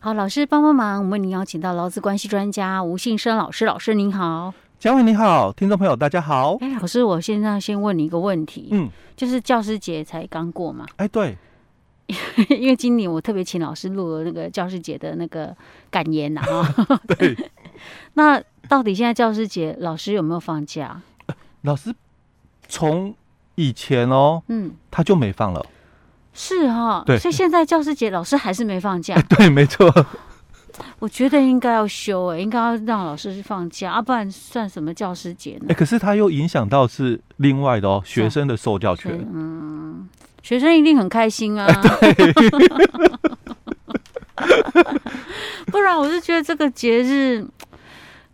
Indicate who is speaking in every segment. Speaker 1: 好，老师帮帮忙，我们为您邀请到劳资关系专家吴信生老师，老师您好。
Speaker 2: 嘉惠你好，听众朋友大家 好。
Speaker 1: 哎，老师，我现在先问你一个问题，
Speaker 2: 嗯，
Speaker 1: 就是教师节才刚过嘛，
Speaker 2: 哎，对，
Speaker 1: 因为今年我特别请老师录了那个教师节的那个感言呐、啊，哈
Speaker 2: 对，
Speaker 1: 那到底现在教师节老师有没有放假？
Speaker 2: 老师从以前哦，
Speaker 1: 嗯，
Speaker 2: 他就没放了。
Speaker 1: 是哈、
Speaker 2: 对
Speaker 1: 所以现在教师节老师还是没放假
Speaker 2: 哎，，对，没错。
Speaker 1: 我觉得应该要休哎、应该要让老师去放假，啊，不然算什么教师节呢
Speaker 2: 哎，？可是他又影响到是另外的哦，
Speaker 1: 是啊
Speaker 2: 学生的受教
Speaker 1: 所以
Speaker 2: 权。
Speaker 1: 嗯，学生一定很开心 啊。 不然我就觉得这个节日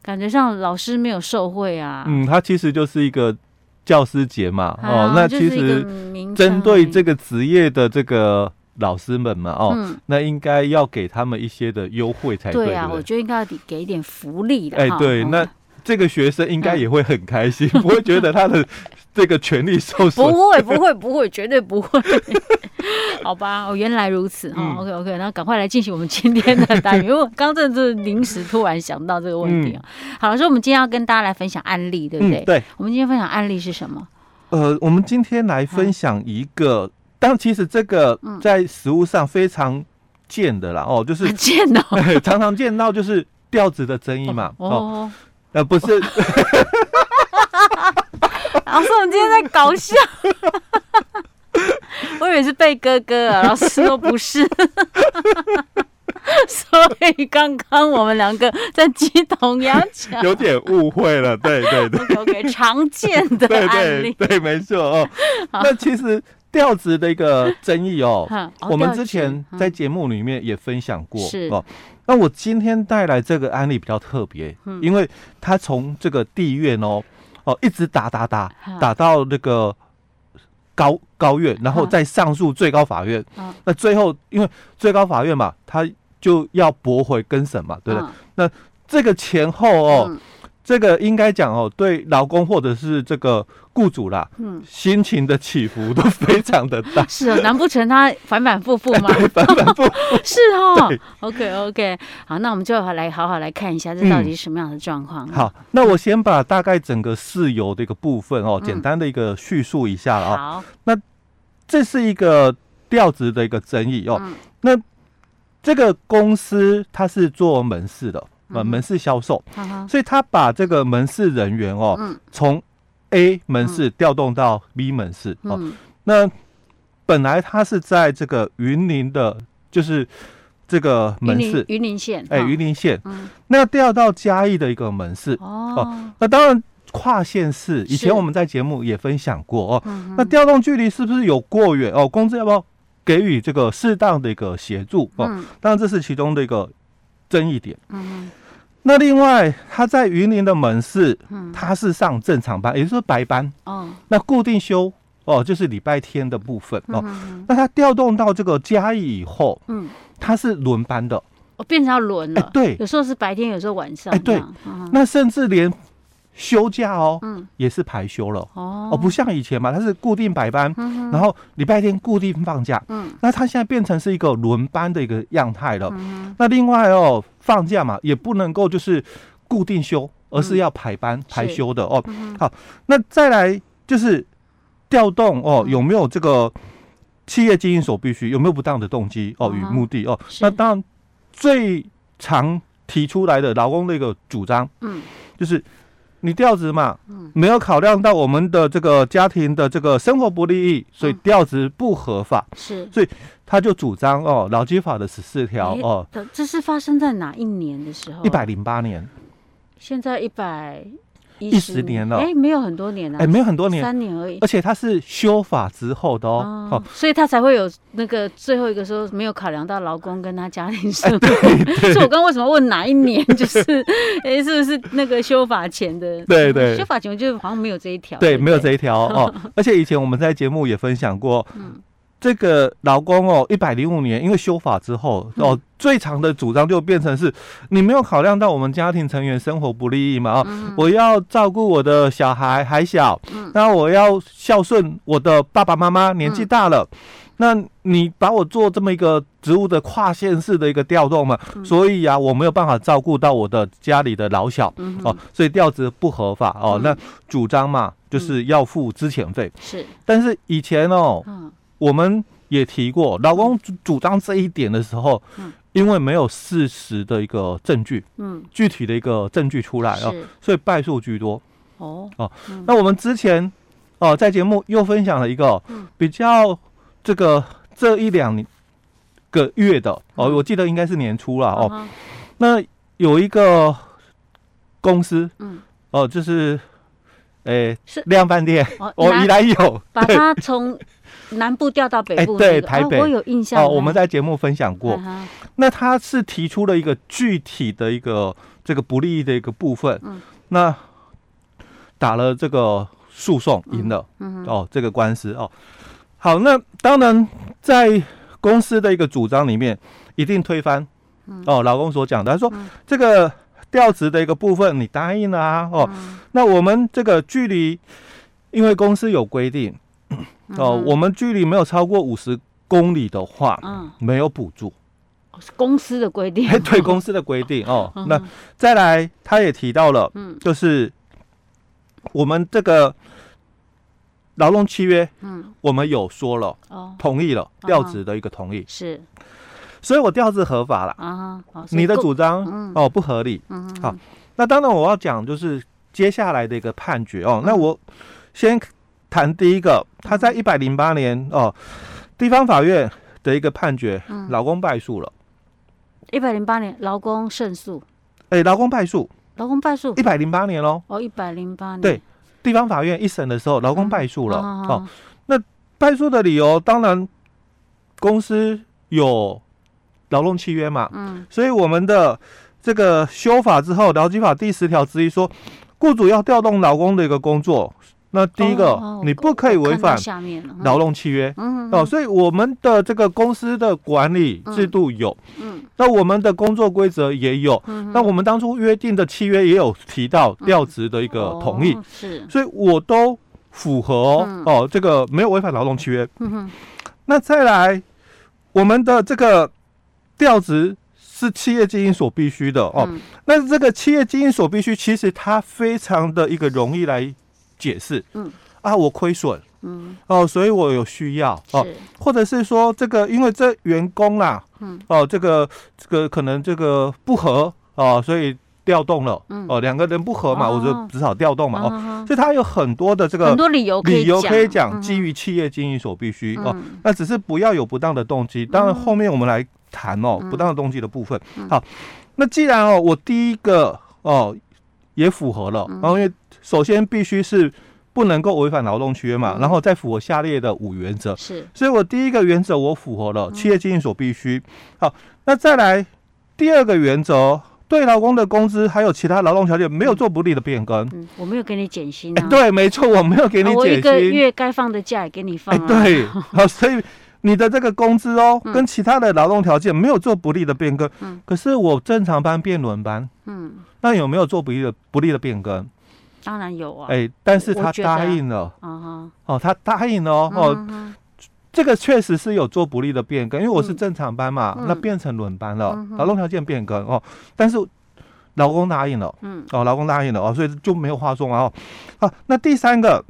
Speaker 1: 感觉上老师没有受惠啊。
Speaker 2: 嗯，它其实就是一个教师节嘛。
Speaker 1: 啊
Speaker 2: 哦，那
Speaker 1: 就是
Speaker 2: 其
Speaker 1: 一个
Speaker 2: 实
Speaker 1: 名称而
Speaker 2: 针
Speaker 1: 已
Speaker 2: 对这个职业的这个老师们嘛，哦，
Speaker 1: 嗯，
Speaker 2: 那应该要给他们一些的优惠才对，
Speaker 1: 对
Speaker 2: 对
Speaker 1: 啊，我
Speaker 2: 不对？
Speaker 1: 觉得应该要给一点福利的
Speaker 2: 哎
Speaker 1: 哈。
Speaker 2: 对
Speaker 1: 哦
Speaker 2: 那这个学生应该
Speaker 1: 嗯
Speaker 2: 也会很 开心，不会觉得他的这个权利受损
Speaker 1: 不。 会，不会，不会，绝对不会。 好吧，哦，原来如此哈、
Speaker 2: 嗯
Speaker 1: OK OK，那赶快来进行我们今天的 单元，因为我刚真的是临时突然想到这个问题啊。好了，所以我们今天要跟大家来分享案例，对不对？
Speaker 2: 嗯，对。
Speaker 1: 我们今天分享案例是什么？
Speaker 2: 呃，我们今天来
Speaker 1: 嗯
Speaker 2: 分享一个，但其实这个在食物上非常见的啦，哦，就是
Speaker 1: 很贱 哦。
Speaker 2: 常常见到就是调子的争议嘛，哦，
Speaker 1: 哦，
Speaker 2: 呃，不是，
Speaker 1: 老师，我们今天在搞 笑。我以为是贝哥哥啊，老师说不是， 所以刚刚我们两个在鸡同鸭讲。
Speaker 2: 有点误会了，对对对
Speaker 1: OK OK，常见的
Speaker 2: 对
Speaker 1: 案
Speaker 2: 对
Speaker 1: 例。
Speaker 2: 对，没 错哦。那其实调子的一个争议哦，
Speaker 1: 哼
Speaker 2: 我们之前在节目里面也分享过
Speaker 1: 嗯是
Speaker 2: 哦。那我今天带来这个案例比较特别，
Speaker 1: 嗯
Speaker 2: 因为他从这个地院哦哦一直打打打
Speaker 1: 哈
Speaker 2: 打到那个高高院，然后
Speaker 1: 哈
Speaker 2: 再上诉最高法院
Speaker 1: 啊。
Speaker 2: 那最后因为最高法院嘛，他就要驳回更审嘛，对不对？这个前后哦，
Speaker 1: 嗯
Speaker 2: 这个应该讲哦，对劳工或者是这个雇主啦，
Speaker 1: 嗯，
Speaker 2: 心情的起伏都非常的大
Speaker 1: 是哦，难不成他反反复复吗？
Speaker 2: 反反复复。
Speaker 1: 是哦
Speaker 2: 对。
Speaker 1: OK OK，好，那我们就来好好来看一下这到底是什么样的状况。，
Speaker 2: 嗯好，那我先把大概整个事由的一个部分哦，
Speaker 1: 嗯
Speaker 2: 简单的一个叙述一下了哦。
Speaker 1: 啊好，
Speaker 2: 这是一个调职的一个争议哦
Speaker 1: 嗯。
Speaker 2: 那这个公司它是做门市的，呃，
Speaker 1: 嗯
Speaker 2: 门市销售，
Speaker 1: 哈哈，
Speaker 2: 所以他把这个门市人员哦，
Speaker 1: 嗯
Speaker 2: 从 A 门市调动到 B 门市哦。
Speaker 1: 嗯
Speaker 2: 那本来他是在这个云林的，就是这个
Speaker 1: 云
Speaker 2: 门
Speaker 1: 林
Speaker 2: 市，
Speaker 1: 云林县，
Speaker 2: 哎，
Speaker 1: 哈
Speaker 2: 云林县，
Speaker 1: 嗯
Speaker 2: 那调到嘉义的一个门市。
Speaker 1: 哦，
Speaker 2: 那当然跨县市，以
Speaker 1: 是
Speaker 2: 前我们在节目也分享过哦。
Speaker 1: 嗯
Speaker 2: 那调动距离是不是有过远哦？公司要不要给予这个适当的一个协助哦？
Speaker 1: 嗯
Speaker 2: 当然这是其中的一个争议点。
Speaker 1: 嗯
Speaker 2: 那另外，他在云林的门市，
Speaker 1: 嗯
Speaker 2: 他是上正常班，也就是说白班，
Speaker 1: 哦
Speaker 2: 那固定休哦，就是礼拜天的部分哦。
Speaker 1: 嗯
Speaker 2: 那他调动到这个嘉义以后，
Speaker 1: 嗯，
Speaker 2: 他是轮班的，
Speaker 1: 我变成要轮
Speaker 2: 哎、
Speaker 1: 了，
Speaker 2: 对，
Speaker 1: 有时候是白天，有时候晚上
Speaker 2: 哎
Speaker 1: 这
Speaker 2: 对
Speaker 1: 样，嗯
Speaker 2: 那甚至连休假哦，
Speaker 1: 嗯
Speaker 2: 也是排休了。
Speaker 1: 哦
Speaker 2: 哦，不像以前嘛，它是固定白班，
Speaker 1: 嗯
Speaker 2: 然后礼拜天固定放假。
Speaker 1: 嗯
Speaker 2: 那它现在变成是一个轮班的一个样态了。
Speaker 1: 嗯
Speaker 2: 那另外哦，放假嘛也不能够就是固定休，而是要排班、排休的哦。
Speaker 1: 嗯
Speaker 2: 好，那再来就是调动哦，
Speaker 1: 嗯
Speaker 2: 有没有这个企业经营所必须有没有不当的动机哦
Speaker 1: 嗯
Speaker 2: 与
Speaker 1: 哼
Speaker 2: 目的哦？
Speaker 1: 是
Speaker 2: 那当然最常提出来的劳工的一个主张
Speaker 1: 嗯
Speaker 2: 就是。你调职嘛，没有考量到我们的这个家庭的这个生活不利益，所以
Speaker 1: 嗯
Speaker 2: 调职不合法。
Speaker 1: 是，
Speaker 2: 他就主张哦，劳基法的十四条
Speaker 1: 哎
Speaker 2: 哦，
Speaker 1: 这这是发生在哪一年的时候啊？
Speaker 2: 一百零八年，
Speaker 1: 现在一百一
Speaker 2: 10年了
Speaker 1: 哎，没有很多年了，
Speaker 2: 哎，没有很多年，
Speaker 1: 三年而已。
Speaker 2: 而且它是修法之后的哦
Speaker 1: 哦，，
Speaker 2: 哦，
Speaker 1: 所以他才会有那个最后一个说没有考量到劳工跟他家庭生活，
Speaker 2: 哎
Speaker 1: 所以我刚刚为什么问哪一年，就是 哎、是不是那个修法前的？
Speaker 2: 对对
Speaker 1: 修法前我就好像没有这一条。
Speaker 2: 对，
Speaker 1: 不
Speaker 2: 没有这 一条哦，而且以前我们在节目也分享过
Speaker 1: 嗯，
Speaker 2: 这个劳工哦，一百零五年因为修法之后哦，
Speaker 1: 嗯
Speaker 2: 最长的主张就变成是，你没有考量到我们家庭成员生活不利益嘛哦，
Speaker 1: 嗯
Speaker 2: 我要照顾我的
Speaker 1: 嗯
Speaker 2: 小孩还小，那我要孝顺我的爸爸妈妈，年纪大了，那你把我做这么一个职务的跨县市的一个调动嘛，
Speaker 1: 嗯
Speaker 2: 所以啊，我没有办法照顾到我的家里的老小
Speaker 1: 嗯哼
Speaker 2: 哦，所以调职不合法哦。那主张嘛，
Speaker 1: 嗯
Speaker 2: 就是要付资遣费，
Speaker 1: 是，
Speaker 2: 但是以前哦，
Speaker 1: 嗯
Speaker 2: 我们也提过，老公主主张这一点的时候
Speaker 1: 嗯，
Speaker 2: 因为没有事实的一个证据，
Speaker 1: 嗯，
Speaker 2: 具体的一个证据出来哦，
Speaker 1: 是
Speaker 2: 所以败诉居多。
Speaker 1: 哦，
Speaker 2: 那我们之前哦，在节目又分享了一个哦
Speaker 1: 嗯
Speaker 2: 比较这个这一两个月的哦，
Speaker 1: 嗯
Speaker 2: 我记得应该是年初了哦。
Speaker 1: 啊哈，
Speaker 2: 那有一个公司
Speaker 1: 嗯，
Speaker 2: 哦，就是诶
Speaker 1: 是
Speaker 2: 量饭店，
Speaker 1: 哦，
Speaker 2: 哦，
Speaker 1: 拿
Speaker 2: 宜来有
Speaker 1: 把
Speaker 2: 对
Speaker 1: 它从南部调到北
Speaker 2: 哎
Speaker 1: 部那个，
Speaker 2: 对台
Speaker 1: 哦
Speaker 2: 北
Speaker 1: 我有印象
Speaker 2: 哦，我们在节目分享过。
Speaker 1: 啊哈
Speaker 2: 那他是提出了一个具体的一个这个不利益的一个部分，
Speaker 1: 嗯
Speaker 2: 那打了这个诉讼赢了。
Speaker 1: 嗯哼
Speaker 2: 哦，这个官司哦。好，那当然在公司的一个主张里面，一定推翻、哦，老公所讲的，他说、
Speaker 1: 嗯
Speaker 2: 这个调职的一个部分你答应了啊，哦，
Speaker 1: 嗯
Speaker 2: 那我们这个距离，因为公司有规定
Speaker 1: 嗯
Speaker 2: 哦，我们距离没有超过五十公里的话，
Speaker 1: 嗯，
Speaker 2: 没有补助，
Speaker 1: 哦是公司的规定
Speaker 2: 哎，，对公司的规定哦。
Speaker 1: 嗯
Speaker 2: 那再来，他也提到了，
Speaker 1: 嗯
Speaker 2: 就是我们这个劳动契约，
Speaker 1: 嗯
Speaker 2: 我们有说了。
Speaker 1: 哦
Speaker 2: 同意了
Speaker 1: 啊
Speaker 2: 调职的一个同意，
Speaker 1: 是
Speaker 2: 所以我调职合法了。
Speaker 1: 啊哈，哦所以
Speaker 2: 你的
Speaker 1: 公
Speaker 2: 主张
Speaker 1: 嗯
Speaker 2: 哦不合理。
Speaker 1: 嗯哼
Speaker 2: 好那当然我要讲就是接下来的一个判决哦。
Speaker 1: 嗯
Speaker 2: 那我先谈第一个，他在一百零八年哦地方法院的一个判决，
Speaker 1: 嗯
Speaker 2: 老公败诉了。
Speaker 1: 一百零八年劳工胜诉，
Speaker 2: 哎，老公败诉，
Speaker 1: 劳工败诉
Speaker 2: 一百零八年哦，
Speaker 1: 哦，一百零八年
Speaker 2: 对地方法院一审的时候，老公败诉了
Speaker 1: 啊
Speaker 2: 哦。，败诉的理由当然公司有劳动契约嘛，
Speaker 1: 嗯
Speaker 2: 所以我们的这个修法之后，劳基法第十条之一说，雇主要调动劳工的一个工作，那第一个、
Speaker 1: 哦哦
Speaker 2: 你不可以
Speaker 1: 我
Speaker 2: 违
Speaker 1: 看到
Speaker 2: 反
Speaker 1: 下面了，
Speaker 2: 劳动契约。
Speaker 1: 嗯
Speaker 2: 哦，所以我们的这个公司的管理制度有，
Speaker 1: 嗯
Speaker 2: 那我们的工作规则也有，
Speaker 1: 嗯
Speaker 2: 那我们当初约定的契约也有提到调职的一个同意，
Speaker 1: 哦是
Speaker 2: 所以我都符合哦，
Speaker 1: 嗯
Speaker 2: 哦这个没有违反劳动契约。
Speaker 1: 嗯哼
Speaker 2: 那再来，我们的这个调职是企业经营所必须的哦。
Speaker 1: 嗯
Speaker 2: 那这个企业经营所必须，其实它非常的一个容易来解释。
Speaker 1: 嗯
Speaker 2: 啊，我亏损
Speaker 1: 嗯
Speaker 2: 哦，所以我有需要哦，
Speaker 1: 是
Speaker 2: 或者是说这个因为这员工啦，
Speaker 1: 嗯
Speaker 2: 哦，这个这个可能这个不合哦，所以调动了
Speaker 1: 嗯
Speaker 2: 哦，两个人不合嘛，
Speaker 1: 哦
Speaker 2: 我就只好调动嘛哦，
Speaker 1: 哦
Speaker 2: 所以它有很多的这
Speaker 1: 很
Speaker 2: 个
Speaker 1: 多理由可以
Speaker 2: 理由可以讲
Speaker 1: 嗯
Speaker 2: 基于企业经营所必须哦，
Speaker 1: 嗯
Speaker 2: 那只是不要有不当的动机。当然，后面我们来谈哦，
Speaker 1: 嗯
Speaker 2: 不当的动机的部分。好，那既然哦，我第一个哦也符合了，
Speaker 1: 嗯
Speaker 2: 然后因为首先必须是不能够违反劳动契约嘛，
Speaker 1: 嗯
Speaker 2: 然后再符合下列的五原则。
Speaker 1: 是
Speaker 2: 所以我第一个原则我符合
Speaker 1: 嗯
Speaker 2: 了，企业经营所必须。好，那再来第二个原则，哦对劳工的工资还有其他劳动条件没有做不利的变更。
Speaker 1: 嗯我没有给你减薪
Speaker 2: 哎
Speaker 1: 啊，
Speaker 2: 对，没错，我没有给你
Speaker 1: 啊我一
Speaker 2: 解
Speaker 1: 个
Speaker 2: 析。
Speaker 1: 月该放的假也给你放啊
Speaker 2: 哎，
Speaker 1: 了，
Speaker 2: 对，好，所以你的这个工资哦，
Speaker 1: 嗯
Speaker 2: 跟其他的劳动条件没有做不利的变更。
Speaker 1: 嗯
Speaker 2: 可是我正常班变轮班，
Speaker 1: 嗯，
Speaker 2: 那有没有做不利的不利的变更？
Speaker 1: 当然有啊，
Speaker 2: 哎，但是
Speaker 1: 我
Speaker 2: 他
Speaker 1: 觉得啊
Speaker 2: 答应了。
Speaker 1: 啊
Speaker 2: 哦，他答应了哦，
Speaker 1: 哈，
Speaker 2: 哦，
Speaker 1: 嗯哼
Speaker 2: 这个确实是有做不利的变更，因为我是
Speaker 1: 嗯
Speaker 2: 正常班嘛，
Speaker 1: 嗯
Speaker 2: 那变成轮班了
Speaker 1: 嗯，哼
Speaker 2: 劳动条件变更哦，但是劳工答应了，
Speaker 1: 嗯
Speaker 2: 哦，劳工答应了哦，所以就没有话说嘛哦。好，那第三个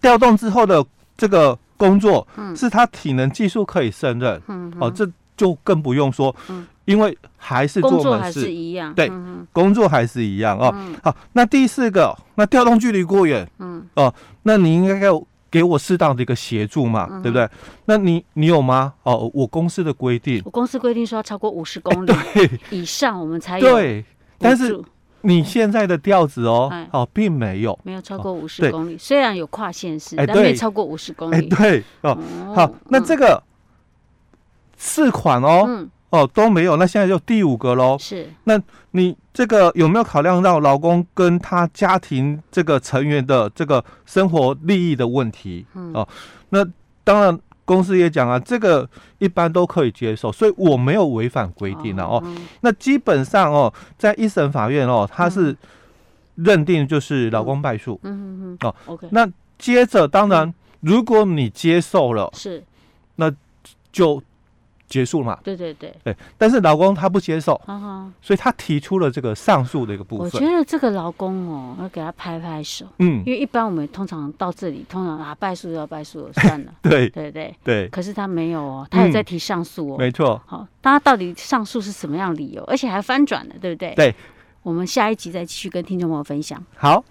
Speaker 2: 调动之后的这个工作，
Speaker 1: 嗯
Speaker 2: 是他体能技术可以胜任，
Speaker 1: 嗯
Speaker 2: 哦，
Speaker 1: 哼
Speaker 2: 这就更不用说
Speaker 1: 嗯，
Speaker 2: 因为还是
Speaker 1: 工
Speaker 2: 做
Speaker 1: 作
Speaker 2: 门
Speaker 1: 还
Speaker 2: 市
Speaker 1: 是，一样，
Speaker 2: 对
Speaker 1: 嗯
Speaker 2: 工作还是一样
Speaker 1: 哼
Speaker 2: 哦。好，那第四个，那调动距离过远，哦
Speaker 1: 嗯
Speaker 2: 那你应该给我给我适当的一个协助嘛，
Speaker 1: 嗯哼
Speaker 2: 对不对？那你你有吗？哦，我公司的规定，
Speaker 1: 我公司规定说要超过五 十公里
Speaker 2: 对
Speaker 1: 以上，我们才有
Speaker 2: 对，但是
Speaker 1: 补助
Speaker 2: 你现在的调子哦
Speaker 1: 哎，
Speaker 2: 哦，并没有，
Speaker 1: 没有超过五
Speaker 2: 哦对
Speaker 1: 十公里，虽然有跨县市，
Speaker 2: 哎
Speaker 1: 但没
Speaker 2: 对
Speaker 1: 超过五十公
Speaker 2: 哎，
Speaker 1: 里。
Speaker 2: 对哦，
Speaker 1: 哦
Speaker 2: 好，那这个四款哦，
Speaker 1: 嗯
Speaker 2: 哦都没有，那现在就第五个喽
Speaker 1: 嗯。是
Speaker 2: 你这个有没有考量到老公跟他家庭这个成员的这个生活利益的问题？
Speaker 1: 嗯
Speaker 2: 哦那当然，公司也讲啊，这个一般都可以接受，所以我没有违反规定了哦。，
Speaker 1: 嗯
Speaker 2: 那基本上哦，在一审法院哦，他是认定就是老公败诉。
Speaker 1: 嗯嗯嗯嗯
Speaker 2: 哦
Speaker 1: ，OK
Speaker 2: 那接着，当然，如果你接受了，
Speaker 1: 是
Speaker 2: 那就结束了嘛。
Speaker 1: 对对对，
Speaker 2: 对，但是老公他不接受，
Speaker 1: 哈哈。
Speaker 2: 所以他提出了这个上诉的一个部
Speaker 1: 我觉
Speaker 2: 分。
Speaker 1: 得这个劳工哦，要给他拍拍手，
Speaker 2: 嗯，
Speaker 1: 因为一般我们通常到这里，通常啊败诉要败诉了，算 了，
Speaker 2: 对
Speaker 1: 对不对？
Speaker 2: 对，
Speaker 1: 可是他没有哦，他有在
Speaker 2: 嗯
Speaker 1: 提上诉哦。
Speaker 2: 没错。
Speaker 1: 好，大家到底上诉是什么样的理由，而且还翻转了，对不对？
Speaker 2: 对，
Speaker 1: 我们下一集再继续跟听众朋友分享。
Speaker 2: 好，